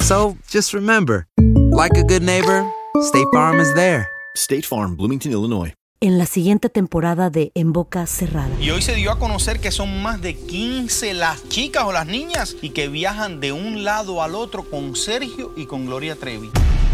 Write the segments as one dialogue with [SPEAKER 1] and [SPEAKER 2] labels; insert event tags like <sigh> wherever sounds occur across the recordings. [SPEAKER 1] So just remember, like a good neighbor, State Farm is there.
[SPEAKER 2] State Farm, Bloomington, Illinois.
[SPEAKER 3] en la siguiente temporada de En Boca Cerrada.
[SPEAKER 4] Y hoy se dio a conocer que son más de 15 las chicas o las niñas y que viajan de un lado al otro con Sergio y con Gloria Trevi.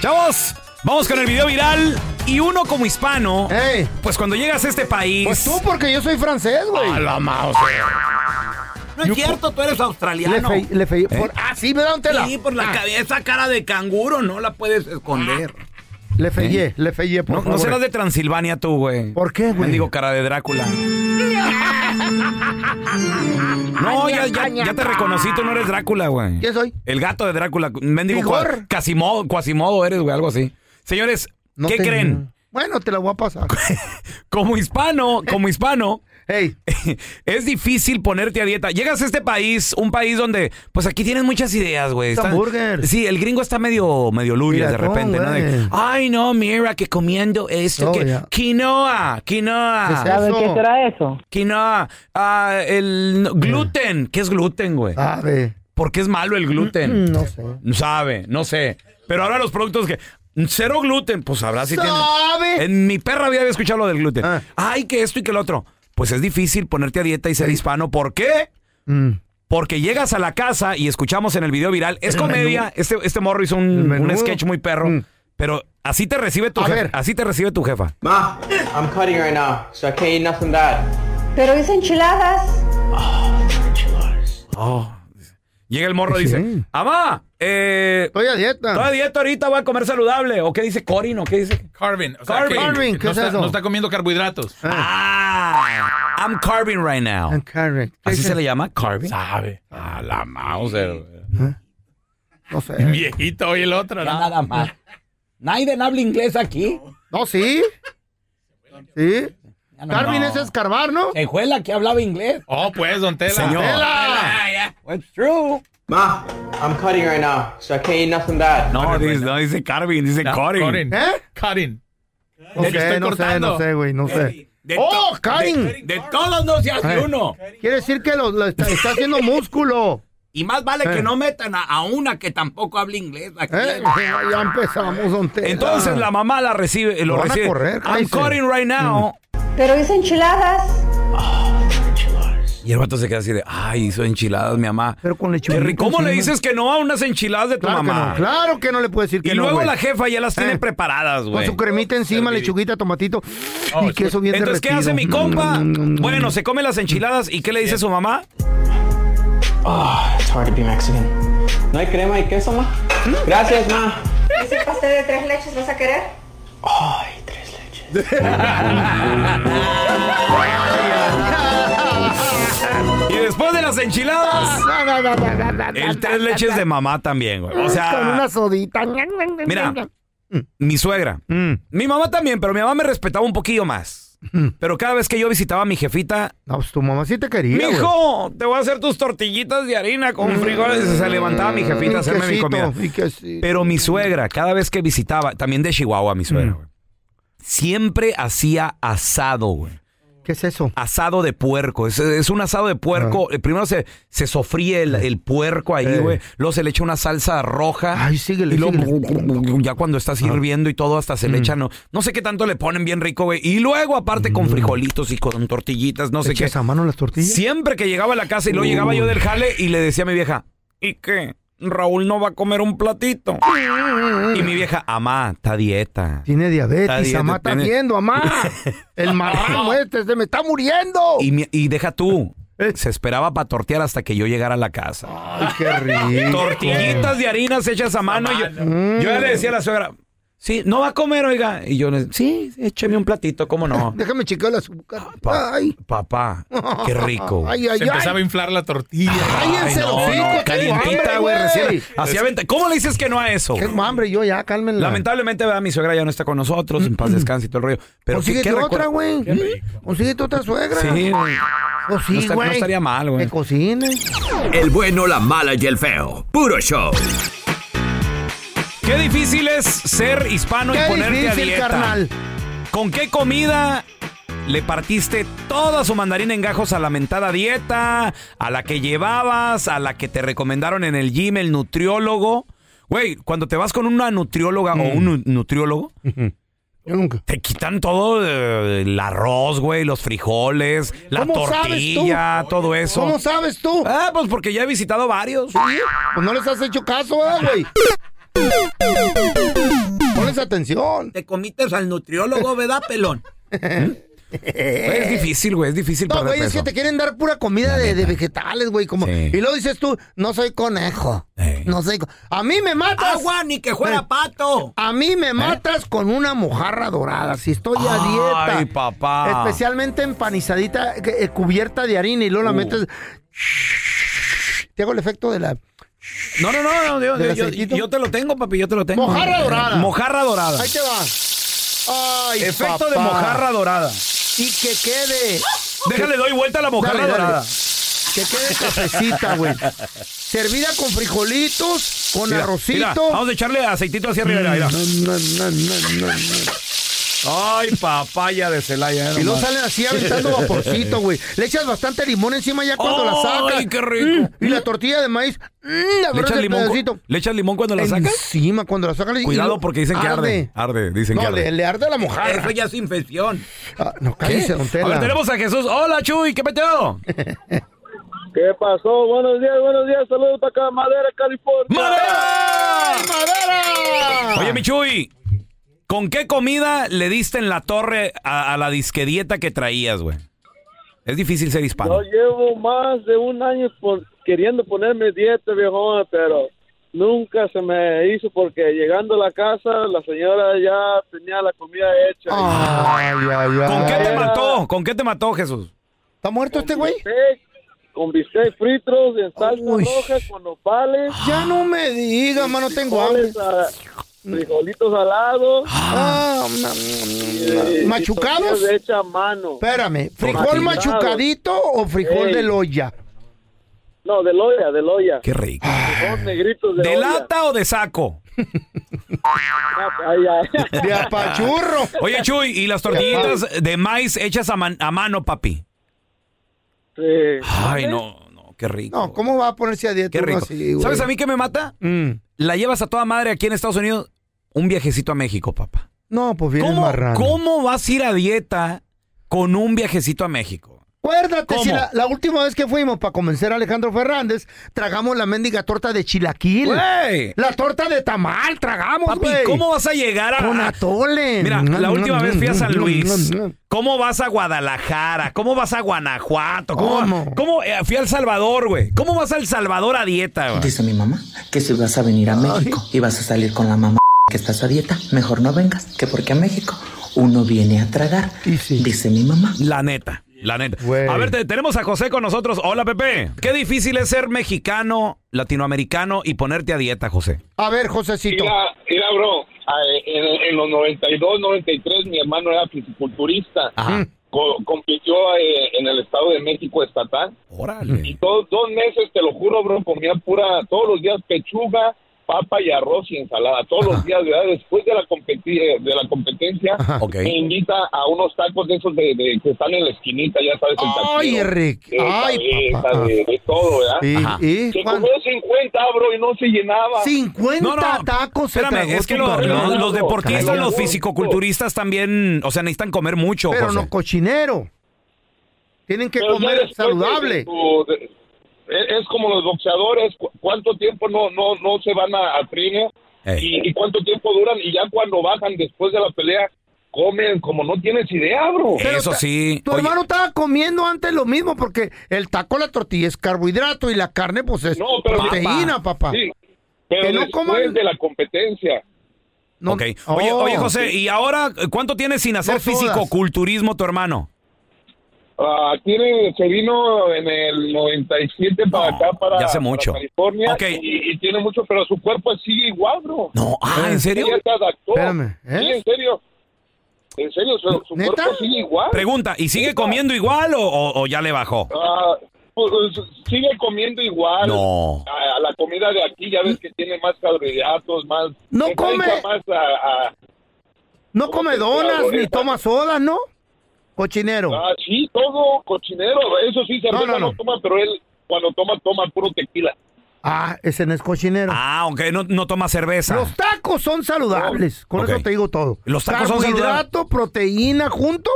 [SPEAKER 5] Chavos, vamos con el video viral. Y uno como hispano, pues cuando llegas a este país...
[SPEAKER 6] Pues tú, porque yo soy francés, güey.
[SPEAKER 5] A la ma- o sea.
[SPEAKER 7] No es cierto, tú eres australiano.
[SPEAKER 6] Le fe- le fe-
[SPEAKER 5] ¿Eh?
[SPEAKER 6] por- ah, sí, me da un tela.
[SPEAKER 7] Sí, por la
[SPEAKER 6] Ah.
[SPEAKER 7] cabeza, esa cara de canguro no la puedes esconder.
[SPEAKER 6] Le feyé, le feyé, por
[SPEAKER 5] No, no
[SPEAKER 6] favor.
[SPEAKER 5] serás de Transilvania tú, güey. ¿Por qué, güey? digo cara de Drácula. No, ya, ya- ya te reconocí, tú no eres Drácula, güey.
[SPEAKER 6] ¿Quién soy?
[SPEAKER 5] El gato de Drácula. Mendigo
[SPEAKER 6] Igor.
[SPEAKER 5] cua- Casimodo, Cuasimodo eres, güey, algo así. Señores, ¿qué
[SPEAKER 6] te-
[SPEAKER 5] creen?
[SPEAKER 6] Bueno, te la voy a pasar.
[SPEAKER 5] Como hispano, como
[SPEAKER 6] <laughs>
[SPEAKER 5] hispano, <laughs> es difícil ponerte a dieta. Llegas a este país, un país donde, pues aquí tienes muchas ideas, güey.
[SPEAKER 6] Está
[SPEAKER 5] Está-
[SPEAKER 6] hamburger.
[SPEAKER 5] Sí, el gringo está medio, medio luria de
[SPEAKER 6] Piratón,
[SPEAKER 5] repente, ¿no? De-
[SPEAKER 6] güey.
[SPEAKER 5] Ay, no, mira, que comiendo esto,
[SPEAKER 6] No,
[SPEAKER 5] que
[SPEAKER 6] Oh, ya.
[SPEAKER 5] quinoa, quinoa.
[SPEAKER 6] ¿Qué es ¿Sabe eso? qué será
[SPEAKER 5] eso? Quinoa, ah, el no, gluten. ¿Qué es gluten, güey?
[SPEAKER 6] Sabe.
[SPEAKER 5] ¿Por qué es malo el gluten?
[SPEAKER 6] Mm, no sé.
[SPEAKER 5] No Sabe, no sé. Pero ahora los productos que... Cero gluten, pues habrá si tiene...
[SPEAKER 6] ¡Sabe! Ah.
[SPEAKER 5] En mi perra vida había escuchado lo del gluten. Ay, que esto y que lo otro. Pues es difícil ponerte a dieta y ser hispano. ¿Por qué?
[SPEAKER 6] Mm.
[SPEAKER 5] Porque llegas a la casa y escuchamos en el video viral, es
[SPEAKER 6] El menú.
[SPEAKER 5] comedia, este, este morro hizo un,
[SPEAKER 6] El
[SPEAKER 5] un
[SPEAKER 6] menú. Mm.
[SPEAKER 5] sketch muy perro, pero así te recibe tu
[SPEAKER 6] A
[SPEAKER 5] jefa,
[SPEAKER 6] ver.
[SPEAKER 5] así te recibe tu jefa.
[SPEAKER 8] Ma, I'm cutting right now, so I can't eat nothing bad.
[SPEAKER 9] Pero hice enchiladas.
[SPEAKER 5] Oh, Llega el morro y dice, "Amá, eh, estoy
[SPEAKER 6] a dieta.
[SPEAKER 5] Estoy a dieta ahorita, voy a comer saludable." ¿O qué dice Corin? ¿O qué dice?
[SPEAKER 10] Carvin. O sea,
[SPEAKER 5] Carvin.
[SPEAKER 10] que
[SPEAKER 5] Carvin, ¿qué
[SPEAKER 10] no
[SPEAKER 5] es
[SPEAKER 10] está,
[SPEAKER 5] eso?
[SPEAKER 10] No está comiendo carbohidratos.
[SPEAKER 5] Ah, I'm carving right now. ¿Así se le llama? Carving.
[SPEAKER 10] Sabe.
[SPEAKER 5] A la Mauser.
[SPEAKER 6] No sé.
[SPEAKER 10] Viejito y el otro.
[SPEAKER 5] Ya nada más. Naiden habla inglés aquí.
[SPEAKER 6] No, sí. Sí.
[SPEAKER 5] no.
[SPEAKER 6] Carvin es escarbar, ¿no?
[SPEAKER 5] Sejuela que hablaba inglés.
[SPEAKER 10] Oh, pues, don Tela.
[SPEAKER 5] Señor. Ah, It's true.
[SPEAKER 8] Ma, I'm cutting right now, so I can't eat nothing bad.
[SPEAKER 5] No, dice, no dice Carvin, dice
[SPEAKER 10] No,
[SPEAKER 5] Corin.
[SPEAKER 10] Corin.
[SPEAKER 6] ¿Eh?
[SPEAKER 10] Karin.
[SPEAKER 6] No
[SPEAKER 10] De-
[SPEAKER 6] sé,
[SPEAKER 10] estoy
[SPEAKER 6] no sé,
[SPEAKER 10] cortando.
[SPEAKER 6] no sé, güey, no sé.
[SPEAKER 5] de
[SPEAKER 6] ¡Oh,
[SPEAKER 5] to-
[SPEAKER 6] Karin!
[SPEAKER 5] de- De todos no se hace
[SPEAKER 6] Eh.
[SPEAKER 5] uno.
[SPEAKER 6] Quiere decir que lo, lo está, está haciendo músculo.
[SPEAKER 7] Y más vale
[SPEAKER 6] Eh.
[SPEAKER 7] que no metan a, a una que tampoco habla inglés aquí.
[SPEAKER 6] ¿Eh? <laughs> Ya empezamos, don Tela.
[SPEAKER 5] Entonces la mamá la recibe,
[SPEAKER 6] Lo
[SPEAKER 5] lo,
[SPEAKER 6] van a
[SPEAKER 5] recibe.
[SPEAKER 6] correr, Mm.
[SPEAKER 5] I'm
[SPEAKER 6] cállese.
[SPEAKER 5] Corin right now.
[SPEAKER 9] Pero hice enchiladas.
[SPEAKER 5] Y el vato se queda así de, ay, hizo enchiladas mi mamá.
[SPEAKER 6] Pero con
[SPEAKER 5] Qué rico. ¿Cómo le
[SPEAKER 6] encima.
[SPEAKER 5] dices que no a unas enchiladas de tu
[SPEAKER 6] Claro que
[SPEAKER 5] mamá?
[SPEAKER 6] no, claro que no le puede decir que
[SPEAKER 5] Y
[SPEAKER 6] no,
[SPEAKER 5] luego
[SPEAKER 6] güey.
[SPEAKER 5] la jefa ya las tiene
[SPEAKER 6] Eh.
[SPEAKER 5] preparadas,
[SPEAKER 6] Con
[SPEAKER 5] Pues, güey. Oh,
[SPEAKER 6] su cremita encima, lechuguita, tomatito y queso bien
[SPEAKER 5] Entonces, ¿qué
[SPEAKER 6] derretido.
[SPEAKER 5] hace mi compa?
[SPEAKER 6] Mm,
[SPEAKER 5] Bueno, se come las enchiladas. ¿Y qué le dice su mamá?
[SPEAKER 8] Oh, it's hard to be Mexican. ¿No hay crema y queso, ma? Gracias, ma.
[SPEAKER 9] Ese pastel de tres leches vas a querer.
[SPEAKER 8] Ay, tres leches.
[SPEAKER 5] Y después de las enchiladas, el tres leches de mamá también, güey. O
[SPEAKER 6] Con
[SPEAKER 5] sea,
[SPEAKER 6] una sodita.
[SPEAKER 5] mira, mi suegra.
[SPEAKER 6] Mm.
[SPEAKER 5] Mi mamá también, pero mi mamá me respetaba un poquillo más. Pero cada vez que yo visitaba a mi jefita,
[SPEAKER 6] No, pues tu mamá sí te quería. güey.
[SPEAKER 5] Mijo, te voy a hacer tus tortillitas de harina
[SPEAKER 11] Mm.
[SPEAKER 5] con frijoles. Y Se levantaba mi jefita a hacerme mi
[SPEAKER 6] Mm. quesito,
[SPEAKER 5] comida.
[SPEAKER 6] mi quesito.
[SPEAKER 5] Pero mi suegra, cada vez que visitaba, también de Chihuahua, mi
[SPEAKER 6] Mm.
[SPEAKER 5] suegra, güey, siempre hacía asado, güey.
[SPEAKER 6] ¿Qué es eso? Ah.
[SPEAKER 5] Asado de puerco. Es, es un asado de puerco. Eh, Primero se, se sofríe el, el puerco ahí,
[SPEAKER 6] Eh.
[SPEAKER 5] güey. Luego se le echa una salsa roja.
[SPEAKER 6] Ay, síguele,
[SPEAKER 5] Y luego,
[SPEAKER 6] síguele.
[SPEAKER 5] ya cuando estás hirviendo y todo, hasta se le
[SPEAKER 6] Mm.
[SPEAKER 5] echan. No, no sé qué tanto le ponen bien rico, güey. Y luego, aparte, con frijolitos y con tortillitas, no sé qué.
[SPEAKER 6] Mm. ¿Echas a mano las tortillas?
[SPEAKER 5] Siempre que llegaba a la casa y luego llegaba yo del jale y le decía a mi vieja, ¿y qué? Raúl no va a comer un platito. Y mi vieja, amá, está dieta.
[SPEAKER 6] Tiene
[SPEAKER 5] Está
[SPEAKER 6] diabetes,
[SPEAKER 5] dieta,
[SPEAKER 6] mamá está
[SPEAKER 5] tiene-
[SPEAKER 6] viendo, mamá.
[SPEAKER 5] <laughs>
[SPEAKER 6] El marrano este se me está muriendo.
[SPEAKER 5] Y, mi- y deja tú. Se esperaba para tortear hasta que yo llegara a la casa. Ay,
[SPEAKER 6] Eh. qué rico.
[SPEAKER 5] Tortillitas de harinas hechas a mano. y yo, yo ya le decía a la suegra, sí, no va a comer, oiga. Y yo, le- sí, écheme un platito, ¿cómo no?
[SPEAKER 6] <laughs> Mm, Déjame chequear el azúcar.
[SPEAKER 5] Pa-
[SPEAKER 6] Ay.
[SPEAKER 5] Papá, qué rico. güey.
[SPEAKER 6] Ay, ay,
[SPEAKER 10] Se
[SPEAKER 6] ay.
[SPEAKER 10] empezaba a inflar la tortilla.
[SPEAKER 6] Cállense los hijos, tengo hambre,
[SPEAKER 5] Calientita, güey, recién.
[SPEAKER 6] güey.
[SPEAKER 5] Hacía venta. ¿Cómo le dices que no a eso?
[SPEAKER 6] Qué hambre yo ya, cálmenla.
[SPEAKER 5] Lamentablemente, ¿verdad? mi suegra ya no está con nosotros, en paz descanse y todo el rollo. Pero qué,
[SPEAKER 6] Consíguete
[SPEAKER 5] qué recuerdo-
[SPEAKER 6] Pues otra, güey. Consíguete otra suegra.
[SPEAKER 5] Sí, güey.
[SPEAKER 6] Pues sí,
[SPEAKER 5] Ah, No está- no
[SPEAKER 6] güey.
[SPEAKER 5] estaría mal, güey.
[SPEAKER 6] Que cocinen.
[SPEAKER 12] El bueno, la mala y el feo. Puro show.
[SPEAKER 5] Qué difícil es ser hispano
[SPEAKER 6] Qué
[SPEAKER 5] y ponerte a
[SPEAKER 6] difícil,
[SPEAKER 5] dieta.
[SPEAKER 6] carnal.
[SPEAKER 5] ¿Con qué comida le partiste toda su mandarina en gajos a la mentada dieta, a la que llevabas, a la que te recomendaron en el gym, el nutriólogo? Güey, cuando te vas con una nutrióloga ah, o
[SPEAKER 6] Mm.
[SPEAKER 5] un nu- nutriólogo, te quitan todo eh, el arroz, güey, los frijoles, la
[SPEAKER 6] ¿Cómo sabes
[SPEAKER 5] tortilla,
[SPEAKER 6] tú?
[SPEAKER 5] todo eso.
[SPEAKER 6] ¿Cómo sabes tú?
[SPEAKER 5] Ah, pues porque ya he visitado varios.
[SPEAKER 6] Pues no les has hecho caso, eh, güey. Pones atención.
[SPEAKER 7] Te comiste al nutriólogo, ¿verdad, pelón?
[SPEAKER 5] Güey, Es difícil, güey, es difícil
[SPEAKER 6] No,
[SPEAKER 5] perder
[SPEAKER 6] güey, es
[SPEAKER 5] peso.
[SPEAKER 6] que te quieren dar pura comida de, de vegetales, güey. Como... Y luego dices tú, no soy conejo. No soy co- A mí me matas.
[SPEAKER 7] Agua, ni que fuera
[SPEAKER 6] pato. A mí me matas con una mojarra dorada. Si estoy a dieta.
[SPEAKER 5] ¿Eh? Ay, papá.
[SPEAKER 6] Especialmente empanizadita, que- eh, cubierta de harina y
[SPEAKER 5] Uh.
[SPEAKER 6] luego la metes. Te hago el efecto de la.
[SPEAKER 5] No, no, no, no, yo,
[SPEAKER 6] ¿Del
[SPEAKER 5] yo-
[SPEAKER 6] aceitito?
[SPEAKER 5] yo te lo tengo, papi, yo te lo tengo.
[SPEAKER 6] Mojarra dorada.
[SPEAKER 5] Mojarra dorada.
[SPEAKER 6] Ahí te va. Ay,
[SPEAKER 5] Efecto de
[SPEAKER 6] papá.
[SPEAKER 5] mojarra dorada.
[SPEAKER 6] Y que quede.
[SPEAKER 5] Déjale, doy vuelta a la mojarra
[SPEAKER 6] Dale, dale.
[SPEAKER 5] dorada.
[SPEAKER 6] Que quede cafecita, güey. Servida con frijolitos, con
[SPEAKER 5] Mira,
[SPEAKER 6] arrocito.
[SPEAKER 5] mira, vamos a echarle aceitito hacia arriba. mira, mira. Ay, papaya de Celaya. eh,
[SPEAKER 6] Y luego salen así
[SPEAKER 5] <laughs>
[SPEAKER 6] aventando vaporcito, güey. Le echas bastante limón encima ya cuando la sacas.
[SPEAKER 5] Ay, qué rico.
[SPEAKER 6] Mm, y la tortilla de maíz. mm, la
[SPEAKER 5] ¿Le
[SPEAKER 6] abres
[SPEAKER 5] echas,
[SPEAKER 6] el
[SPEAKER 5] limón, cu-
[SPEAKER 6] pedacito.
[SPEAKER 5] ¿Le echas limón cuando la sacas?
[SPEAKER 6] Encima, cuando la sacas. le- y
[SPEAKER 5] Cuidado
[SPEAKER 6] luego
[SPEAKER 5] porque dicen que arde. Arde, dicen que
[SPEAKER 6] No,
[SPEAKER 5] arde.
[SPEAKER 6] le, le arde la mojarra.
[SPEAKER 7] Eso ya es infección.
[SPEAKER 6] Ah, no, cállese, don
[SPEAKER 5] A ver,
[SPEAKER 6] Tela.
[SPEAKER 5] tenemos a Jesús. Hola, Chuy, ¿qué peteo?
[SPEAKER 13] <laughs> ¿Qué pasó? Buenos días, buenos días. Saludos para acá, Madera, California.
[SPEAKER 5] ¡Madera!
[SPEAKER 6] ¡Madera!
[SPEAKER 5] Oye, mi Chuy, ¿con qué comida le diste en la torre a, a la disquedieta que traías, güey? Es difícil ser hispano.
[SPEAKER 13] Yo llevo más de un año por- queriendo ponerme dieta, viejón, pero nunca se me hizo porque llegando a la casa, la señora ya tenía la comida hecha.
[SPEAKER 8] Ah.
[SPEAKER 5] ¿Con qué te mató? ¿Con qué te mató, Jesús?
[SPEAKER 6] ¿Está muerto este güey?
[SPEAKER 13] Con bistec fritos, en salsa roja, con nopales.
[SPEAKER 6] Ya no me digas, mano, tengo hambre.
[SPEAKER 13] frijoles a- Frijolitos salados.
[SPEAKER 6] Ah,
[SPEAKER 13] y- y
[SPEAKER 6] ¿Machucados?
[SPEAKER 13] tortillas Hecha a mano.
[SPEAKER 6] Espérame, ¿frijol
[SPEAKER 13] Machucados.
[SPEAKER 6] machucadito o frijol
[SPEAKER 13] Ey.
[SPEAKER 6] de loya?
[SPEAKER 13] No, de Loya, de Loya. Qué
[SPEAKER 5] rico.
[SPEAKER 13] Dos negritos de,
[SPEAKER 5] ¿De
[SPEAKER 13] Loya.
[SPEAKER 5] lata o de saco?
[SPEAKER 13] Ay,
[SPEAKER 5] <laughs>
[SPEAKER 13] ay.
[SPEAKER 6] De apachurro.
[SPEAKER 5] Oye, Chuy, ¿y las tortillitas de maíz hechas a, man- a mano, papi? Ay, no, no, qué rico.
[SPEAKER 6] No, ¿cómo va a ponerse a dieta?
[SPEAKER 5] Qué
[SPEAKER 6] uno
[SPEAKER 5] rico.
[SPEAKER 6] así, güey?
[SPEAKER 5] ¿Sabes a mí qué me mata?
[SPEAKER 13] Mm.
[SPEAKER 5] La llevas a toda madre aquí en Estados Unidos, un viajecito a México, papá.
[SPEAKER 6] No, pues viene el
[SPEAKER 5] ¿Cómo,
[SPEAKER 6] marrano.
[SPEAKER 5] cómo vas a ir a dieta con un viajecito a México?
[SPEAKER 6] Acuérdate, si
[SPEAKER 5] ¿Cómo?
[SPEAKER 6] la, la última vez que fuimos para convencer a Alejandro Fernández, tragamos la mendiga torta de chilaquil.
[SPEAKER 5] Güey.
[SPEAKER 6] La torta de tamal, tragamos,
[SPEAKER 5] Papi,
[SPEAKER 6] güey.
[SPEAKER 5] ¿cómo vas a llegar a-
[SPEAKER 6] Con atole.
[SPEAKER 5] Mira,
[SPEAKER 6] Mm,
[SPEAKER 5] la
[SPEAKER 6] mm,
[SPEAKER 5] última
[SPEAKER 6] mm,
[SPEAKER 5] vez fui a San
[SPEAKER 6] mm,
[SPEAKER 5] Luis.
[SPEAKER 6] mm, mm.
[SPEAKER 5] ¿Cómo vas a Guadalajara? ¿Cómo vas a Guanajuato? ¿Cómo?
[SPEAKER 14] ¿Cómo?
[SPEAKER 5] cómo, eh, fui a El Salvador, güey? ¿Cómo vas a El Salvador a dieta, güey?
[SPEAKER 14] Dice mi mamá que si vas a venir a México y vas a salir con la mamá que estás a dieta, mejor no vengas, que porque a México uno viene a tragar, dice mi mamá. <laughs>
[SPEAKER 5] La neta, la neta. A ver, te- tenemos a José con nosotros. Hola, Pepe. Qué difícil es ser mexicano, latinoamericano y ponerte a dieta, José.
[SPEAKER 6] A ver, Josecito.
[SPEAKER 15] Mira, mira, bro, a- en, en los 92, 93, mi hermano era fisiculturista. Co- compitió eh, en el Estado de México estatal. Y dos, dos meses, te lo juro, bro, comía pura, todos los días pechuga, papa y arroz y ensalada. Todos los días, ¿verdad? Después de la, competi- eh, de la competencia,
[SPEAKER 5] Ajá. Ok.
[SPEAKER 15] me invita a unos tacos de esos de, de- que están en la esquinita, ya sabes, el taquero.
[SPEAKER 6] Ay, Rick.
[SPEAKER 15] De
[SPEAKER 6] Ay,
[SPEAKER 15] cabeza,
[SPEAKER 6] papá.
[SPEAKER 15] de, de todo, ¿verdad?
[SPEAKER 6] Sí, Ajá. ¿y
[SPEAKER 15] Se
[SPEAKER 6] cuán-
[SPEAKER 15] comió 50, bro, y no se llenaba.
[SPEAKER 6] 50
[SPEAKER 5] No, no,
[SPEAKER 6] tacos se
[SPEAKER 5] Espérame,
[SPEAKER 6] tragó
[SPEAKER 5] es que
[SPEAKER 6] tu
[SPEAKER 5] lo- lo-
[SPEAKER 6] carnal.
[SPEAKER 5] los deportistas,
[SPEAKER 6] Cállate.
[SPEAKER 5] los fisicoculturistas también, o sea, necesitan comer mucho,
[SPEAKER 6] Pero
[SPEAKER 5] José.
[SPEAKER 6] no cochinero. Tienen que
[SPEAKER 15] Pero ya
[SPEAKER 6] comer
[SPEAKER 15] después de-
[SPEAKER 6] saludable.
[SPEAKER 15] de tu- de- es, es como los boxeadores, cu- ¿cuánto tiempo no, no, no se van a, a trino? Y, y cuánto tiempo duran? Y ya cuando bajan después de la pelea, comen como no tienes idea, bro.
[SPEAKER 6] Pero Eso ta-
[SPEAKER 5] sí.
[SPEAKER 6] Tu hermano estaba comiendo antes lo mismo porque el taco, la tortilla es carbohidrato y la carne pues es proteína, papá.
[SPEAKER 15] Sí, pero
[SPEAKER 6] Que no
[SPEAKER 15] después
[SPEAKER 6] coman-
[SPEAKER 15] de la competencia.
[SPEAKER 5] Ok. Oye,
[SPEAKER 15] Oh.
[SPEAKER 5] oye, José, ¿y ahora cuánto tienes sin hacer
[SPEAKER 15] No todas.
[SPEAKER 5] fisicoculturismo tu hermano?
[SPEAKER 15] Ah, tiene, se vino en el 97 para acá, para,
[SPEAKER 5] ya hace
[SPEAKER 15] para
[SPEAKER 5] mucho.
[SPEAKER 15] California. Y, y tiene mucho, pero su cuerpo sigue igual, bro.
[SPEAKER 5] No, ah, ¿en serio?
[SPEAKER 15] Ella se adaptó.
[SPEAKER 5] Espérame, ¿eh?
[SPEAKER 15] Sí, en serio. En serio, su, su cuerpo sigue igual.
[SPEAKER 5] Pregunta, ¿y sigue comiendo igual o, o- o ya le bajó?
[SPEAKER 15] Ah, pues, sigue comiendo igual.
[SPEAKER 5] No.
[SPEAKER 15] A, a la comida de aquí ya ves que tiene más carbohidratos, más.
[SPEAKER 6] No
[SPEAKER 15] se
[SPEAKER 6] come.
[SPEAKER 15] dedica Más a- a-
[SPEAKER 6] No come donas ni toma sodas, ¿no? Cochinero.
[SPEAKER 15] Ah, sí, todo cochinero. Eso sí, cerveza
[SPEAKER 6] No,
[SPEAKER 15] no,
[SPEAKER 6] no, no.
[SPEAKER 15] toma, pero él cuando toma, toma puro tequila.
[SPEAKER 6] Ah, ese no es cochinero.
[SPEAKER 5] Ah, ok, no, no toma cerveza.
[SPEAKER 6] Los tacos son saludables. Con
[SPEAKER 5] Ok.
[SPEAKER 6] eso te digo todo.
[SPEAKER 5] Los tacos son
[SPEAKER 6] Carbohidrato, proteína junto.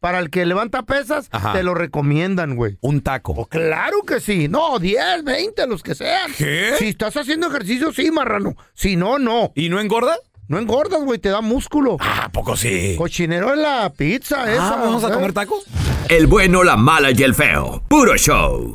[SPEAKER 6] Para el que levanta pesas,
[SPEAKER 5] Ajá.
[SPEAKER 6] te lo recomiendan, güey. Oh,
[SPEAKER 5] Un taco.
[SPEAKER 6] claro que sí. No, 10, 20, los que sean.
[SPEAKER 5] ¿Qué?
[SPEAKER 6] Si estás haciendo ejercicio, sí, marrano. Si no, no.
[SPEAKER 5] ¿Y no engorda?
[SPEAKER 6] No engordas, güey. Te da músculo.
[SPEAKER 5] Ah, poco sí. Ah,
[SPEAKER 6] Cochinero en la pizza, esa.
[SPEAKER 5] ¿vamos a
[SPEAKER 6] ¿eh?
[SPEAKER 5] comer tacos?
[SPEAKER 12] El bueno, la mala y el feo. Puro show.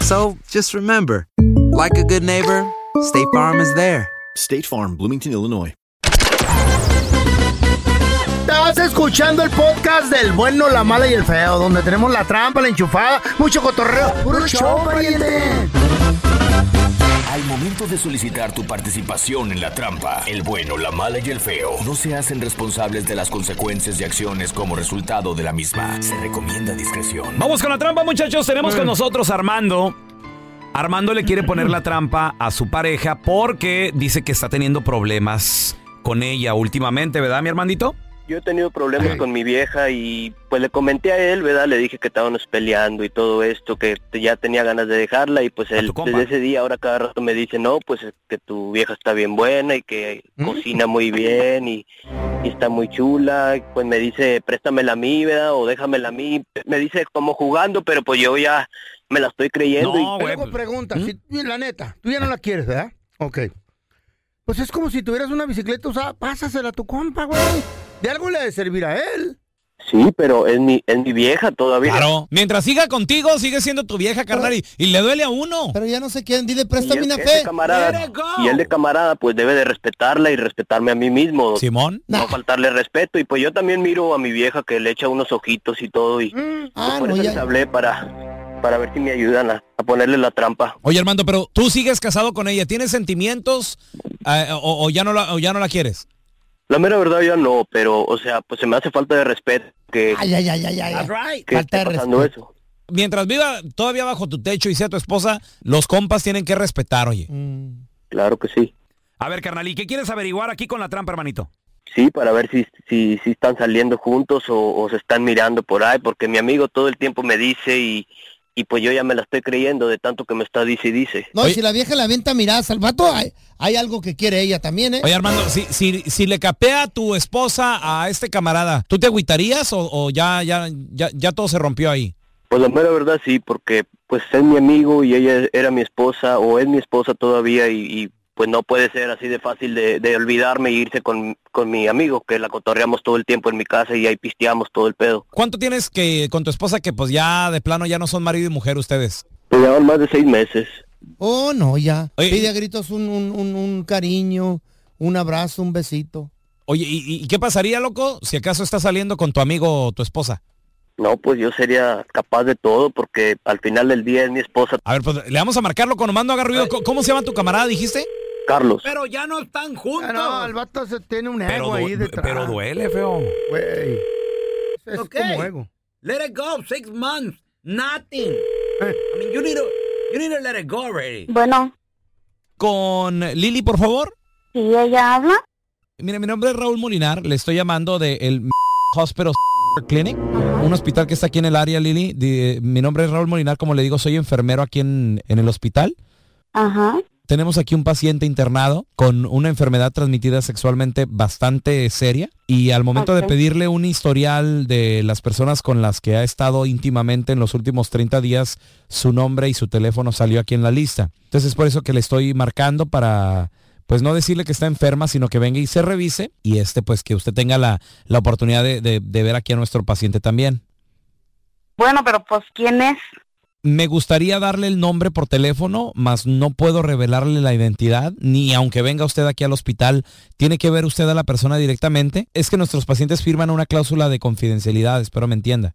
[SPEAKER 1] So just remember like a good neighbor, State Farm is there.
[SPEAKER 2] State Farm, Bloomington, Illinois.
[SPEAKER 6] Estás escuchando el podcast del bueno, la mala y el feo, donde tenemos la trampa, la enchufada, mucho cotorreo. ¡Puro show, pariente!
[SPEAKER 16] Al momento de solicitar tu participación en la trampa, el bueno, la mala y el feo no se hacen responsables de las consecuencias y acciones como resultado de la misma. Se recomienda discreción.
[SPEAKER 5] Vamos con la trampa, muchachos. Tenemos con nosotros a Armando. Armando le quiere poner la trampa a su pareja porque dice que está teniendo problemas con ella últimamente, ¿verdad, mi Armandito?
[SPEAKER 17] Yo he tenido problemas con mi vieja y pues le comenté a él, ¿verdad? Le dije que estábamos peleando y todo esto, que te- ya tenía ganas de dejarla y pues él
[SPEAKER 5] compa.
[SPEAKER 17] desde ese día ahora cada rato me dice, no, pues es que tu vieja está bien buena y que
[SPEAKER 6] ¿Mm?
[SPEAKER 17] cocina muy bien y, y está muy chula, pues me dice, préstamela a mí, ¿verdad? O déjamela a mí, me dice como jugando, pero pues yo ya me la estoy creyendo. y...
[SPEAKER 5] pues,
[SPEAKER 6] Luego pregunta,
[SPEAKER 5] ¿Mm?
[SPEAKER 6] si, la neta, tú ya no la quieres, ¿verdad? Ok. Pues es como si tuvieras una bicicleta usada, pásasela a tu compa, güey. De algo le ha de servir a él.
[SPEAKER 17] Sí, pero es mi, es mi vieja todavía.
[SPEAKER 5] Claro. Mientras siga contigo, sigue siendo tu vieja, carnal, y, y le duele a uno.
[SPEAKER 6] Pero ya no sé quién, dile,
[SPEAKER 17] Y él,
[SPEAKER 6] préstame una
[SPEAKER 17] que es de
[SPEAKER 6] fe.
[SPEAKER 17] camarada, y él de camarada pues debe de respetarla y respetarme a mí mismo. Simón. No faltarle respeto y pues yo también miro a mi vieja que le echa unos ojitos y todo y
[SPEAKER 5] Mm.
[SPEAKER 17] pues,
[SPEAKER 5] Ah,
[SPEAKER 17] por eso les hablé para, para ver si me ayudan a, a ponerle la trampa.
[SPEAKER 5] Oye, Armando, pero tú sigues casado con ella, ¿tienes sentimientos eh, o, o ya no la, o ya no la quieres?
[SPEAKER 17] La mera verdad ya no, pero o sea, pues se me hace falta de respeto que,
[SPEAKER 5] Ay, ay, ay, ay, ay.
[SPEAKER 17] que esté pasando eso.
[SPEAKER 5] Mientras viva todavía bajo tu techo y sea tu esposa, los compas tienen que respetar, oye.
[SPEAKER 17] Claro que sí.
[SPEAKER 18] A ver, Mm. carnal, ¿y qué quieres averiguar aquí con la trampa, hermanito?
[SPEAKER 17] Sí, para ver si, si, si están saliendo juntos o, o se están mirando por ahí, porque mi amigo todo el tiempo me dice y, y pues yo ya me la estoy creyendo de tanto que me está dice y dice.
[SPEAKER 6] No, y si la vieja la avienta miradas al vato, hay, hay algo que quiere ella también, ¿eh?
[SPEAKER 5] Oye, Armando, si, si, si le capea tu esposa a este camarada, ¿tú te agüitarías o, o ya, ya, ya, ya todo se rompió ahí?
[SPEAKER 17] Pues la mera verdad sí, porque pues es mi amigo y ella era mi esposa o es mi esposa todavía y, y, pues no puede ser así de fácil de, de olvidarme e irse con, con mi amigo, que la cotorreamos todo el tiempo en mi casa y ahí pisteamos todo el pedo.
[SPEAKER 5] ¿Cuánto tienes que con tu esposa que pues ya de plano ya no son marido y mujer ustedes?
[SPEAKER 17] Pues llevan más de seis meses.
[SPEAKER 6] Oh, no, ya.
[SPEAKER 5] Oye,
[SPEAKER 6] Pide a gritos un, un- un- un cariño, un abrazo, un besito.
[SPEAKER 5] Oye, ¿y, y qué pasaría, loco, si acaso estás saliendo con tu amigo o tu esposa?
[SPEAKER 17] No, pues yo sería capaz de todo porque al final del día es mi esposa.
[SPEAKER 5] A ver, pues le vamos a marcarlo con Armando haga ruido. ¿Cómo- ¿Cómo se llama tu camarada, dijiste?
[SPEAKER 17] Carlos.
[SPEAKER 6] Pero ya no están juntos. No, el vato se tiene un ego ahí detrás.
[SPEAKER 5] pero duele, feo.
[SPEAKER 6] Güey. Es
[SPEAKER 19] Okay.
[SPEAKER 6] como ego.
[SPEAKER 19] Let it go. Six months. Nothing. I mean, you need to, you need to let it go already.
[SPEAKER 5] Bueno. Con Lili, por favor.
[SPEAKER 9] ¿Y ella habla?
[SPEAKER 5] Mira, mi nombre es Raúl Molinar. Le estoy llamando de el Hospital Clinic, un hospital que está aquí en el área, Lili. Di- eh, Mi nombre es Raúl Molinar, como le digo, soy enfermero aquí en, en el hospital.
[SPEAKER 9] Ajá.
[SPEAKER 5] Tenemos aquí un paciente internado con una enfermedad transmitida sexualmente bastante seria y al momento
[SPEAKER 9] Ok.
[SPEAKER 5] de pedirle un historial de las personas con las que ha estado íntimamente en los últimos 30 días, su nombre y su teléfono salió aquí en la lista. Entonces es por eso que le estoy marcando para pues no decirle que está enferma, sino que venga y se revise y este pues que usted tenga la, la oportunidad de- de- de ver aquí a nuestro paciente también.
[SPEAKER 9] Bueno, pero pues, ¿quién es?
[SPEAKER 5] Me gustaría darle el nombre por teléfono, mas no puedo revelarle la identidad, ni aunque venga usted aquí al hospital, tiene que ver usted a la persona directamente. Es que nuestros pacientes firman una cláusula de confidencialidad, espero me entienda.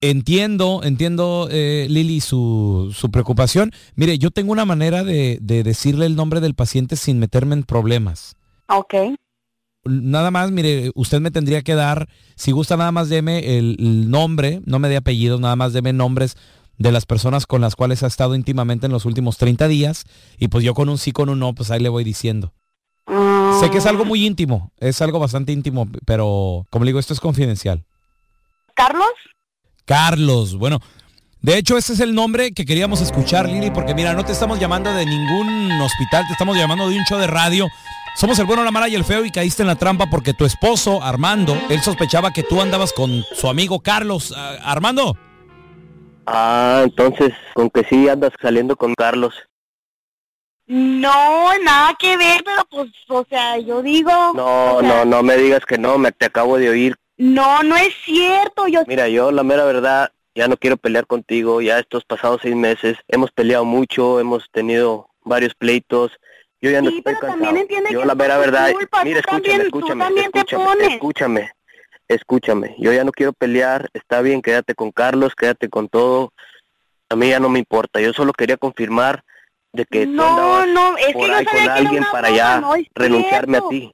[SPEAKER 5] Entiendo, entiendo, eh, Lili, su, su preocupación. Mire, yo tengo una manera de, de decirle el nombre del paciente sin meterme en problemas.
[SPEAKER 9] Ok.
[SPEAKER 5] Nada más, mire, usted me tendría que dar, si gusta nada más deme el, el nombre, no me dé apellidos, nada más deme nombres de las personas con las cuales ha estado íntimamente en los últimos 30 días y pues yo con un sí, con un no, pues ahí le voy diciendo. Sé que es algo muy íntimo, es algo bastante íntimo, pero como le digo, esto es confidencial.
[SPEAKER 9] ¿Carlos?
[SPEAKER 5] Carlos, bueno, de hecho ese es el nombre que queríamos escuchar, Lili, porque mira, no te estamos llamando de ningún hospital, te estamos llamando de un show de radio. Somos el bueno, la mala y el feo y caíste en la trampa porque tu esposo, Armando, él sospechaba que tú andabas con su amigo Carlos. Ah, Armando,
[SPEAKER 17] Ah, entonces con que sí andas saliendo con Carlos.
[SPEAKER 9] No, nada que ver, pero pues, o sea, yo digo...
[SPEAKER 17] No, no, no me digas que no, me te acabo de oír.
[SPEAKER 9] No, no es cierto, yo...
[SPEAKER 17] Mira, yo la mera verdad ya no quiero pelear contigo, ya estos pasados seis meses hemos peleado mucho, hemos tenido varios pleitos. Yo ya no
[SPEAKER 9] Sí,
[SPEAKER 17] estoy
[SPEAKER 9] pero
[SPEAKER 17] cansado.
[SPEAKER 9] también entiende
[SPEAKER 17] yo
[SPEAKER 9] que
[SPEAKER 17] la
[SPEAKER 9] es
[SPEAKER 17] mera
[SPEAKER 9] tu
[SPEAKER 17] verdad,
[SPEAKER 9] culpa,
[SPEAKER 17] mira,
[SPEAKER 9] tú
[SPEAKER 17] escúchame,
[SPEAKER 9] también- tú
[SPEAKER 17] escúchame,
[SPEAKER 9] también te
[SPEAKER 17] escúchame,
[SPEAKER 9] pones.
[SPEAKER 17] escúchame. Escúchame, yo ya no quiero pelear, está bien, quédate con Carlos, quédate con todo. A mí ya no me importa, yo solo quería confirmar de que tú
[SPEAKER 9] No,
[SPEAKER 17] andabas
[SPEAKER 9] no, es que
[SPEAKER 17] por
[SPEAKER 9] yo sabía
[SPEAKER 17] ahí con
[SPEAKER 9] que era
[SPEAKER 17] alguien
[SPEAKER 9] una
[SPEAKER 17] para
[SPEAKER 9] broma,
[SPEAKER 17] ya
[SPEAKER 9] no es
[SPEAKER 17] renunciarme
[SPEAKER 9] cierto.
[SPEAKER 17] a ti.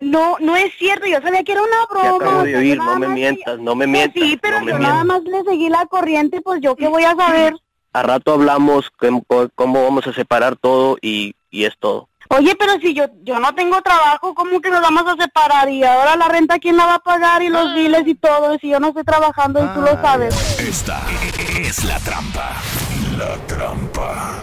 [SPEAKER 9] No, no es cierto, yo sabía que era una
[SPEAKER 17] Te
[SPEAKER 9] broma.
[SPEAKER 17] acabo de
[SPEAKER 9] yo
[SPEAKER 17] oír,
[SPEAKER 9] nada
[SPEAKER 17] no me
[SPEAKER 9] más- Pues
[SPEAKER 17] mientas, no me mientas.
[SPEAKER 9] Sí, pero
[SPEAKER 17] no me
[SPEAKER 9] yo nada
[SPEAKER 17] mientas.
[SPEAKER 9] más le seguí la corriente, pues yo qué voy a saber.
[SPEAKER 17] A rato hablamos que- co- cómo vamos a separar todo y, y es todo.
[SPEAKER 9] Oye, pero si yo yo no tengo trabajo, ¿cómo que nos vamos a separar? Y ahora la renta, ¿quién la va a pagar? Y los biles y todo, y si yo no estoy trabajando y tú lo sabes.
[SPEAKER 20] Esta es la trampa. La trampa.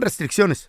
[SPEAKER 6] restricciones.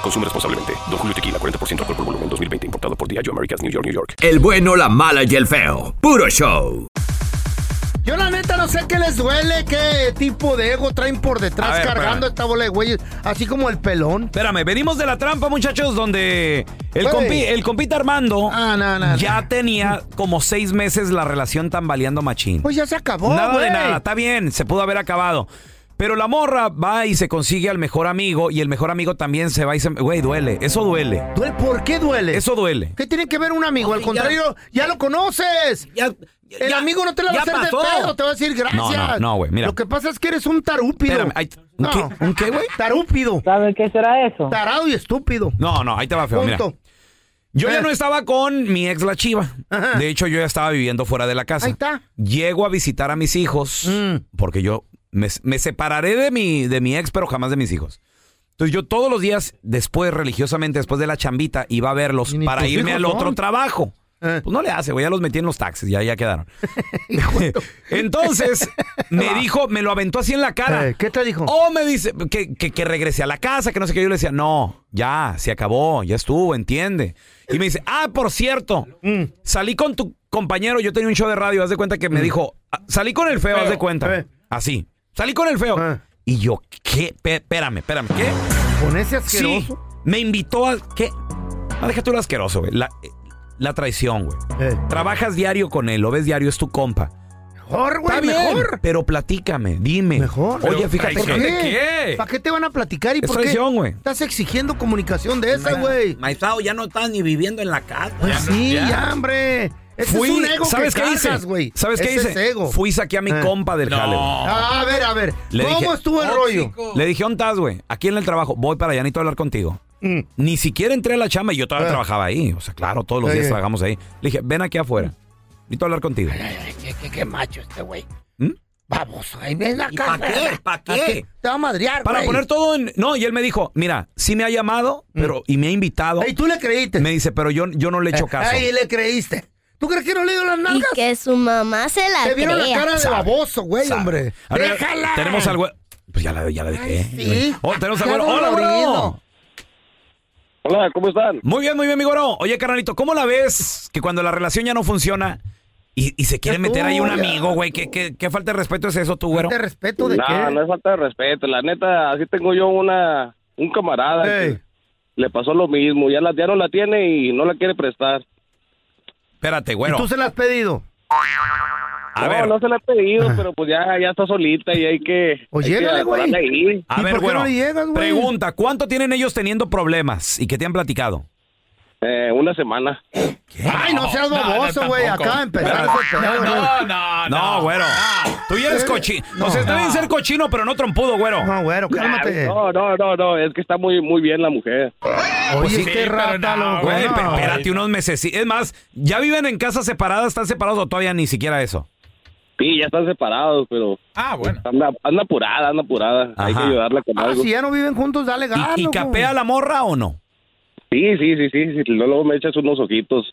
[SPEAKER 21] Consume responsablemente. Don Julio Tequila 40% alcohol por volumen 2020 importado por Diageo Americas New York New York.
[SPEAKER 12] El bueno, la mala y el feo. Puro show.
[SPEAKER 6] Yo la neta no sé qué les duele, qué tipo de ego traen por detrás
[SPEAKER 5] A ver,
[SPEAKER 6] cargando
[SPEAKER 5] espérame.
[SPEAKER 6] esta bola de güeyes, así como el pelón.
[SPEAKER 5] Espérame, venimos de la trampa, muchachos, donde el,
[SPEAKER 6] Güey. Ah,
[SPEAKER 5] compi- el compita Armando
[SPEAKER 6] no.
[SPEAKER 5] ya tenía como seis meses la relación tambaleando machín.
[SPEAKER 6] Pues ya se acabó,
[SPEAKER 5] nada
[SPEAKER 6] güey.
[SPEAKER 5] de nada, está bien, se pudo haber acabado. Pero la morra va y se consigue al mejor amigo y el mejor amigo también se va y se... Güey, duele, eso duele.
[SPEAKER 6] ¿Duele? ¿Por qué duele?
[SPEAKER 5] Eso duele.
[SPEAKER 6] ¿Qué tiene que ver un amigo? Al
[SPEAKER 5] ya-
[SPEAKER 6] contrario, ya, lo conoces. el amigo no te la va a
[SPEAKER 5] ya
[SPEAKER 6] hacer
[SPEAKER 5] pasó.
[SPEAKER 6] de pedo, te va a decir gracias.
[SPEAKER 5] No, no, no, güey, mira.
[SPEAKER 6] Lo que pasa es que eres un tarúpido.
[SPEAKER 5] Espérame, ay, ¿un qué- ¿un qué, güey?
[SPEAKER 6] Tarúpido. ¿Saben qué será eso? Tarado y estúpido.
[SPEAKER 5] No, no, ahí te va feo, mira.
[SPEAKER 6] Punto.
[SPEAKER 5] Yo ya no estaba con mi ex la chiva. De hecho, yo ya estaba viviendo fuera de la casa.
[SPEAKER 6] Ahí está.
[SPEAKER 5] Llego a visitar a mis hijos porque yo me, me separaré de mi, de mi ex, pero jamás de mis hijos. Entonces yo todos los días, después, religiosamente, después de la chambita, iba a verlos para
[SPEAKER 10] tus
[SPEAKER 5] irme
[SPEAKER 10] hijos
[SPEAKER 5] al otro
[SPEAKER 10] son.
[SPEAKER 5] trabajo. Pues no le hace, güey, ya los metí en los taxis, ya, ya quedaron. Entonces, <laughs> me dijo, me lo aventó así en la cara.
[SPEAKER 6] Eh, ¿Qué te dijo?
[SPEAKER 5] Oh, me dice que, que, que regrese a la casa, que no sé qué. Yo le decía, no, ya, se acabó, ya estuvo, entiende. Y me dice, ah, por cierto,
[SPEAKER 6] Mm.
[SPEAKER 5] salí con tu compañero, yo tenía un show de radio, haz de cuenta que me dijo, "Ah, salí con el feo, haz de
[SPEAKER 6] eh.
[SPEAKER 5] cuenta. Así, salí con el feo. Y yo, ¿qué? Pe- Espérame, espérame, ¿qué?
[SPEAKER 6] Ah. Con ese
[SPEAKER 5] Sí,
[SPEAKER 6] asqueroso.
[SPEAKER 5] me invitó a... ¿Qué? No, deja tú lo asqueroso, güey. La, eh, la traición, güey.
[SPEAKER 6] Eh.
[SPEAKER 5] Trabajas diario con él, lo ves diario, es tu compa.
[SPEAKER 6] <laughs> Mejor, güey,
[SPEAKER 5] Está bien,
[SPEAKER 6] mejor.
[SPEAKER 5] Pero platícame, dime. Mejor. Oye, fíjate.
[SPEAKER 6] ¿Por
[SPEAKER 5] que-
[SPEAKER 6] ¿Para qué te van a platicar y
[SPEAKER 5] Es
[SPEAKER 6] por qué
[SPEAKER 5] traición, güey.
[SPEAKER 6] estás exigiendo comunicación de esa, güey?
[SPEAKER 5] Maizao ya no estás ni viviendo en la casa.
[SPEAKER 6] Pues sí, ya, hombre. Ese
[SPEAKER 5] Fui-
[SPEAKER 6] es un ego
[SPEAKER 5] ¿Sabes
[SPEAKER 6] que
[SPEAKER 5] qué
[SPEAKER 6] cargas,
[SPEAKER 5] hice?
[SPEAKER 6] güey.
[SPEAKER 5] ¿Sabes qué
[SPEAKER 6] Ese
[SPEAKER 5] hice?
[SPEAKER 6] es ego.
[SPEAKER 5] Fui y saqué a mi
[SPEAKER 6] Eh. Ah,
[SPEAKER 5] compa del jale. güey.
[SPEAKER 6] A ver, a ver.
[SPEAKER 5] Le
[SPEAKER 6] ¿Cómo
[SPEAKER 5] dije,
[SPEAKER 6] estuvo el rollo?
[SPEAKER 5] Le dije, ¿dónde estás, güey? Aquí en el trabajo. Voy para allá, necesito hablar contigo.
[SPEAKER 6] Mm.
[SPEAKER 5] Ni siquiera entré a la chamba y yo
[SPEAKER 6] Ah.
[SPEAKER 5] todavía trabajaba ahí. O sea, claro, todos los
[SPEAKER 6] Oye.
[SPEAKER 5] días trabajamos ahí. Le dije, ven aquí afuera.
[SPEAKER 6] Mm.
[SPEAKER 5] Necesito hablar contigo.
[SPEAKER 6] ¿Qué, qué, qué macho este, güey.
[SPEAKER 5] ¿Mm?
[SPEAKER 6] Vamos, ahí ven acá.
[SPEAKER 5] para
[SPEAKER 6] güey.
[SPEAKER 5] qué? ¿Para qué?
[SPEAKER 6] ¿A Te va a madrear,
[SPEAKER 5] Para
[SPEAKER 6] güey. Mm.
[SPEAKER 5] poner todo en. No, y él me dijo, mira, sí me ha llamado, pero, y me ha invitado. Y
[SPEAKER 6] tú le creíste.
[SPEAKER 5] Me dice, pero yo, yo no le
[SPEAKER 6] <laughs>
[SPEAKER 5] he hecho caso.
[SPEAKER 6] Ahí le creíste. ¿Tú crees que no le dio las nalgas?
[SPEAKER 22] Y que su mamá se la
[SPEAKER 6] Te vieron la
[SPEAKER 22] crea.
[SPEAKER 6] cara de
[SPEAKER 5] Sabe,
[SPEAKER 6] baboso, güey,
[SPEAKER 5] sabe.
[SPEAKER 6] hombre.
[SPEAKER 5] A ver,
[SPEAKER 6] ¡Déjala!
[SPEAKER 5] Tenemos al güey. Pues ya la, ya la dejé.
[SPEAKER 6] sí.
[SPEAKER 5] Oh, tenemos al
[SPEAKER 6] Qué
[SPEAKER 5] güero. Hola,
[SPEAKER 6] dolorido.
[SPEAKER 5] bro.
[SPEAKER 15] Hola, ¿cómo están?
[SPEAKER 5] Muy bien, muy bien, mi güero. Oye, carnalito, ¿cómo la ves que cuando la relación ya no funciona y, y se quiere
[SPEAKER 15] Ya
[SPEAKER 5] meter ahí un
[SPEAKER 15] tú, ya.
[SPEAKER 5] amigo, güey? ¿Qué, qué, qué falta de respeto es eso, tú, güero?
[SPEAKER 6] ¿Falta de respeto
[SPEAKER 15] no, no es falta de respeto. La neta, así tengo yo una un camarada que le pasó lo mismo. Ya, la, ya no la tiene y no la quiere prestar.
[SPEAKER 5] Espérate, güero.
[SPEAKER 6] ¿Tú se la has pedido?
[SPEAKER 15] no, no se la he pedido, pero pues ya, ya está solita y hay que...
[SPEAKER 5] O
[SPEAKER 15] hay que
[SPEAKER 5] llégale, güey.
[SPEAKER 15] atorarla ahí.
[SPEAKER 5] A ver, güero. Pregunta, ¿cuánto tienen ellos teniendo problemas y que te han platicado?
[SPEAKER 15] Eh, una semana.
[SPEAKER 6] Ay, no seas baboso, güey. Acá empezar.
[SPEAKER 5] No, no, no, Ah. güero. Tú ya eres cochino. o sea, está bien ser cochino, pero no trompudo, güero.
[SPEAKER 6] No, güero,
[SPEAKER 15] Ay, No, no, no, no, es que está muy, muy bien la mujer.
[SPEAKER 5] Pues sí,
[SPEAKER 6] este rata, loco,
[SPEAKER 5] Güey,
[SPEAKER 6] no.
[SPEAKER 5] pe- espérate unos meses. Es más, ¿ya viven en casas separadas? ¿Están separados o todavía ni siquiera eso?
[SPEAKER 15] Sí, ya están separados, pero...
[SPEAKER 5] Ah, bueno.
[SPEAKER 15] Anda, anda apurada, anda apurada. Hay que
[SPEAKER 5] Ajá.
[SPEAKER 15] ayudarla con
[SPEAKER 6] Ah,
[SPEAKER 15] algo.
[SPEAKER 6] si ya no viven juntos, dale
[SPEAKER 15] ah,
[SPEAKER 6] gas.
[SPEAKER 5] ¿Y, y
[SPEAKER 15] pues.
[SPEAKER 6] loco.
[SPEAKER 5] capea la morra o no?
[SPEAKER 15] Sí, sí, sí, sí, sí. Luego me echas unos ojitos.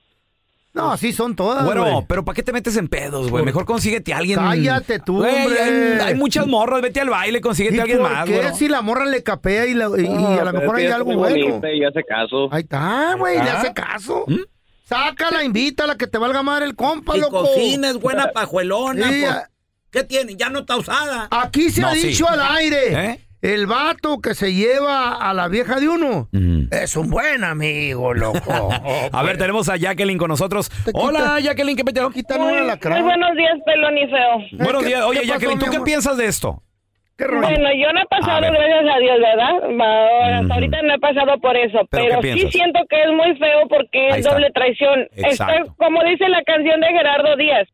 [SPEAKER 6] No, así son todas. güey.
[SPEAKER 5] Bueno, pero ¿para qué te metes en pedos, güey? Mejor consíguete a alguien.
[SPEAKER 6] Cállate tú,
[SPEAKER 5] Güey,
[SPEAKER 6] hombre.
[SPEAKER 5] Hay, hay muchas morras, vete al baile, consíguete
[SPEAKER 6] ¿Y
[SPEAKER 5] a alguien
[SPEAKER 6] por
[SPEAKER 5] más,
[SPEAKER 6] qué
[SPEAKER 5] güey.
[SPEAKER 6] si la morra le capea y, la- y- y a lo mejor hay algo bueno?
[SPEAKER 22] Y hace caso.
[SPEAKER 6] Ahí está, güey, le
[SPEAKER 22] Ajá.
[SPEAKER 6] hace caso.
[SPEAKER 5] ¿Mm?
[SPEAKER 6] Sácala, invítala, que te valga madre el compa,
[SPEAKER 7] Y
[SPEAKER 6] loco.
[SPEAKER 7] cocina, es
[SPEAKER 6] <laughs>
[SPEAKER 7] buena pajuelona.
[SPEAKER 6] Sí,
[SPEAKER 7] pues. ¿Qué tiene? Ya no está usada.
[SPEAKER 6] Aquí se ha dicho al aire. El vato que se lleva a la vieja de uno es un buen amigo, loco.
[SPEAKER 5] <laughs> a ver, tenemos a Jacqueline con nosotros. Hola, Jacqueline, ¿qué peteo?
[SPEAKER 6] cara.
[SPEAKER 23] buenos días, pelón y
[SPEAKER 6] Eh,
[SPEAKER 23] feo.
[SPEAKER 5] Buenos días. Oye, Jacqueline, ¿tú qué piensas de esto?
[SPEAKER 23] Bueno, yo no he pasado,
[SPEAKER 5] ver.
[SPEAKER 23] gracias a Dios, ¿verdad? Va, Hasta ahorita no he pasado por eso,
[SPEAKER 5] ¿Pero
[SPEAKER 23] pero,
[SPEAKER 5] qué
[SPEAKER 23] sí
[SPEAKER 5] piensas?
[SPEAKER 23] siento que es muy feo porque
[SPEAKER 5] Ahí
[SPEAKER 23] es
[SPEAKER 5] está.
[SPEAKER 23] doble traición. Está-
[SPEAKER 5] Exacto.
[SPEAKER 23] como dice la canción de Gerardo Díaz,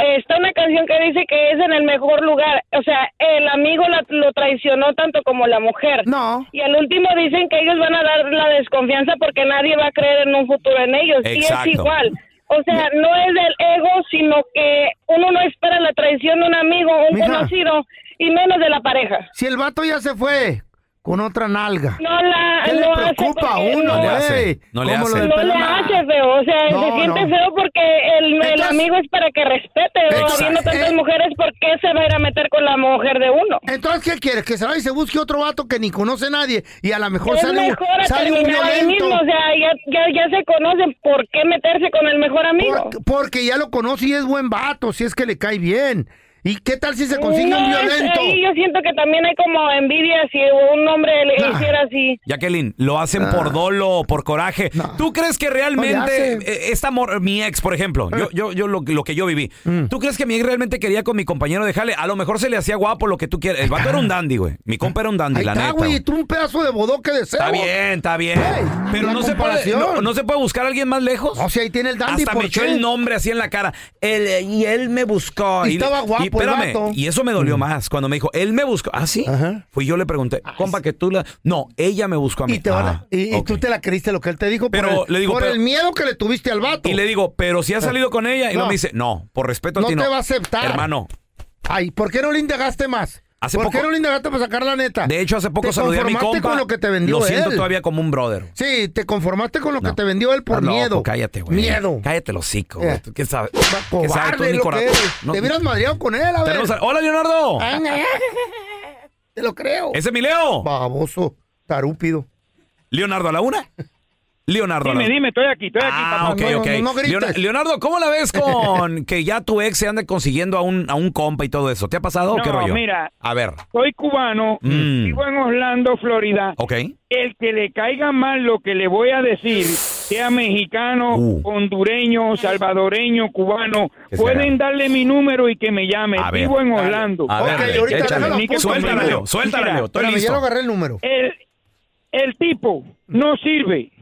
[SPEAKER 23] eh, está una canción que dice que es en el mejor lugar. O sea, el amigo la- lo traicionó tanto como la mujer.
[SPEAKER 6] No.
[SPEAKER 23] Y al último dicen que ellos van a dar la desconfianza porque nadie va a creer en un futuro en ellos. Y es
[SPEAKER 24] Exacto.
[SPEAKER 23] igual. O sea, no es del ego, sino que uno no espera la traición de un amigo, un
[SPEAKER 6] Mija.
[SPEAKER 23] conocido, y menos de la pareja.
[SPEAKER 6] Si el vato ya se fue con otra nalga.
[SPEAKER 23] No la-
[SPEAKER 6] ¿Qué
[SPEAKER 23] no
[SPEAKER 6] le
[SPEAKER 23] hace
[SPEAKER 6] preocupa a
[SPEAKER 23] porque-
[SPEAKER 6] uno,
[SPEAKER 23] No le
[SPEAKER 5] hace,
[SPEAKER 6] güey?
[SPEAKER 5] no le
[SPEAKER 6] Como
[SPEAKER 5] hace.
[SPEAKER 6] lo del
[SPEAKER 23] No le
[SPEAKER 6] pelo largo.
[SPEAKER 23] hace feo, o sea,
[SPEAKER 6] No,
[SPEAKER 23] se siente
[SPEAKER 6] no.
[SPEAKER 23] feo porque el, el
[SPEAKER 6] Entonces-
[SPEAKER 23] amigo es para que respete, ¿no?
[SPEAKER 6] Exacto. Eh.
[SPEAKER 23] habiendo tantas mujeres, ¿por qué se va a ir a meter con la mujer de uno?
[SPEAKER 6] Entonces, ¿qué quieres? Que se vaya y se busque otro vato que ni conoce a nadie y a lo mejor
[SPEAKER 23] es
[SPEAKER 6] sale, un-
[SPEAKER 23] mejor a
[SPEAKER 6] sale un
[SPEAKER 23] terminar ahí
[SPEAKER 6] violento.
[SPEAKER 23] mismo, o sea, ya, ya, ya se conocen, ¿por qué meterse con el mejor amigo?
[SPEAKER 6] Por- porque ya lo conoce y es buen vato, si es que le cae bien. ¿Y qué tal si se consigue un
[SPEAKER 23] No, es-
[SPEAKER 6] violento?
[SPEAKER 23] ahí yo siento que también hay como envidia si un hombre le hiciera así.
[SPEAKER 5] Jacqueline, lo hacen
[SPEAKER 6] Ah.
[SPEAKER 5] por dolo, por coraje. ¿Tú crees que
[SPEAKER 23] No
[SPEAKER 5] realmente
[SPEAKER 23] le
[SPEAKER 5] eh, esta mor- mi ex, por ejemplo, yo, yo, yo lo, lo que yo viví,
[SPEAKER 6] Mm.
[SPEAKER 5] ¿tú crees que mi ex realmente quería con mi compañero dejarle? A lo mejor se le hacía guapo lo que tú quieras. El vato era un dandy, güey. Mi compa era un dandy, la
[SPEAKER 6] Ah,
[SPEAKER 5] neta.
[SPEAKER 6] güey, y
[SPEAKER 5] güey.
[SPEAKER 6] tú un pedazo de bodoque de cebo.
[SPEAKER 5] Está bien, está bien. Pero
[SPEAKER 6] la
[SPEAKER 5] no se, puede,
[SPEAKER 6] comparación.
[SPEAKER 5] no, no se puede buscar a alguien más lejos.
[SPEAKER 6] O sea, ahí tiene el dandy.
[SPEAKER 5] Hasta
[SPEAKER 6] ¿por
[SPEAKER 5] me echó
[SPEAKER 6] qué?
[SPEAKER 5] el nombre así en la cara. Él, eh, y él me buscó.
[SPEAKER 6] Y
[SPEAKER 5] le-
[SPEAKER 6] estaba guapo
[SPEAKER 5] Y,
[SPEAKER 6] el
[SPEAKER 5] espérame,
[SPEAKER 6] vato. Mm.
[SPEAKER 5] y eso me dolió más cuando me dijo, él me buscó. Ah, sí. Fui yo le pregunté, compa, que tú la. No, ella me buscó a mí.
[SPEAKER 6] Y, te van a-
[SPEAKER 5] Ah,
[SPEAKER 6] y- y
[SPEAKER 5] ok.
[SPEAKER 6] tú te la creíste lo que él te dijo
[SPEAKER 5] Pero
[SPEAKER 6] por, el,
[SPEAKER 5] le digo,
[SPEAKER 6] por
[SPEAKER 5] pero-
[SPEAKER 6] el miedo que le tuviste al vato.
[SPEAKER 5] Y le digo, pero si has salido con ella. Y
[SPEAKER 6] No.
[SPEAKER 5] no. me dice, no, por respeto a
[SPEAKER 6] No
[SPEAKER 5] ti no.
[SPEAKER 6] te va a aceptar.
[SPEAKER 5] Hermano.
[SPEAKER 6] Ay, ¿por qué no le indagaste más?
[SPEAKER 5] Hace
[SPEAKER 6] ¿Por qué
[SPEAKER 5] poco-
[SPEAKER 6] no le indagaste para sacar la neta?
[SPEAKER 5] De hecho, hace poco
[SPEAKER 6] Te
[SPEAKER 5] saludé a mi
[SPEAKER 6] conformaste
[SPEAKER 5] compa.
[SPEAKER 6] con lo que te vendió
[SPEAKER 5] Lo siento
[SPEAKER 6] él.
[SPEAKER 5] todavía como un brother.
[SPEAKER 6] Sí, te conformaste con lo que te vendió él por
[SPEAKER 5] Estás loco,
[SPEAKER 6] miedo.
[SPEAKER 5] cállate, güey.
[SPEAKER 6] Miedo.
[SPEAKER 5] Cállate los hocico, güey.
[SPEAKER 6] Eh.
[SPEAKER 5] ¿Tú ¿Qué sabes? ¿Qué sabes tú
[SPEAKER 6] Cobarde
[SPEAKER 5] ni
[SPEAKER 6] lo que
[SPEAKER 5] corazón?
[SPEAKER 6] eres.
[SPEAKER 5] No-
[SPEAKER 6] Te hubieras madreado con él, a ver.
[SPEAKER 5] Tenemos a- Hola, Leonardo.
[SPEAKER 6] Ay, ay, ay. Te lo creo.
[SPEAKER 5] Ese es mi Leo.
[SPEAKER 6] Baboso, tarúpido.
[SPEAKER 5] Leonardo a la una. Leonardo a la
[SPEAKER 11] Dime, dime, estoy aquí, estoy aquí.
[SPEAKER 5] Ah,
[SPEAKER 11] papá.
[SPEAKER 5] ok,
[SPEAKER 11] No, no,
[SPEAKER 5] ok.
[SPEAKER 11] no, no grites.
[SPEAKER 5] Leona- Leonardo, ¿cómo la ves con que ya tu ex se ande consiguiendo a un, a un compa y todo eso? ¿Te ha pasado o qué
[SPEAKER 11] No,
[SPEAKER 5] rollo?
[SPEAKER 11] mira.
[SPEAKER 5] A ver.
[SPEAKER 11] <laughs> Soy cubano,
[SPEAKER 5] Mm. Oh.
[SPEAKER 11] vivo en Orlando, Florida.
[SPEAKER 5] Ok.
[SPEAKER 11] El que le caiga mal lo que le voy a decir, sea mexicano, hondureño, salvadoreño, cubano,
[SPEAKER 5] Uh. Que se
[SPEAKER 11] pueden darle mi número y que me llame.
[SPEAKER 5] A ver.
[SPEAKER 11] vivo en Orlando.
[SPEAKER 5] A ver,
[SPEAKER 11] Échale.
[SPEAKER 5] ahorita déjalo,
[SPEAKER 11] Comunique
[SPEAKER 5] apunto. Suéltala,
[SPEAKER 11] conmigo.
[SPEAKER 5] Leo, suéltala,
[SPEAKER 11] Mira,
[SPEAKER 5] Leo, estoy Espérame, ya listo. lo agarré el número.
[SPEAKER 11] El, el tipo no sirve.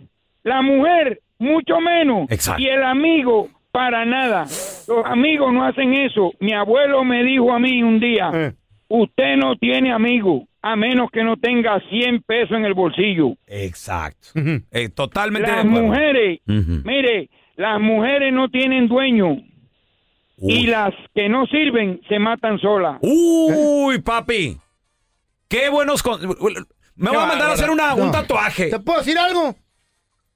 [SPEAKER 11] La mujer, mucho menos.
[SPEAKER 5] Exacto.
[SPEAKER 11] Y el amigo, para nada. Los amigos no hacen eso. Mi abuelo me dijo a mí un día,
[SPEAKER 5] Eh.
[SPEAKER 11] usted no tiene amigo a menos que no tenga 100 pesos en el bolsillo.
[SPEAKER 5] Exacto. Eh, totalmente
[SPEAKER 11] Las
[SPEAKER 5] de acuerdo.
[SPEAKER 11] mujeres,
[SPEAKER 5] Ujú.
[SPEAKER 11] mire, las mujeres no tienen dueño. Y las que no sirven se matan solas.
[SPEAKER 5] Uy, papi. Qué buenos. con- Me voy a mandar a hacer una, un
[SPEAKER 6] No.
[SPEAKER 5] tatuaje.
[SPEAKER 6] ¿Te puedo decir algo?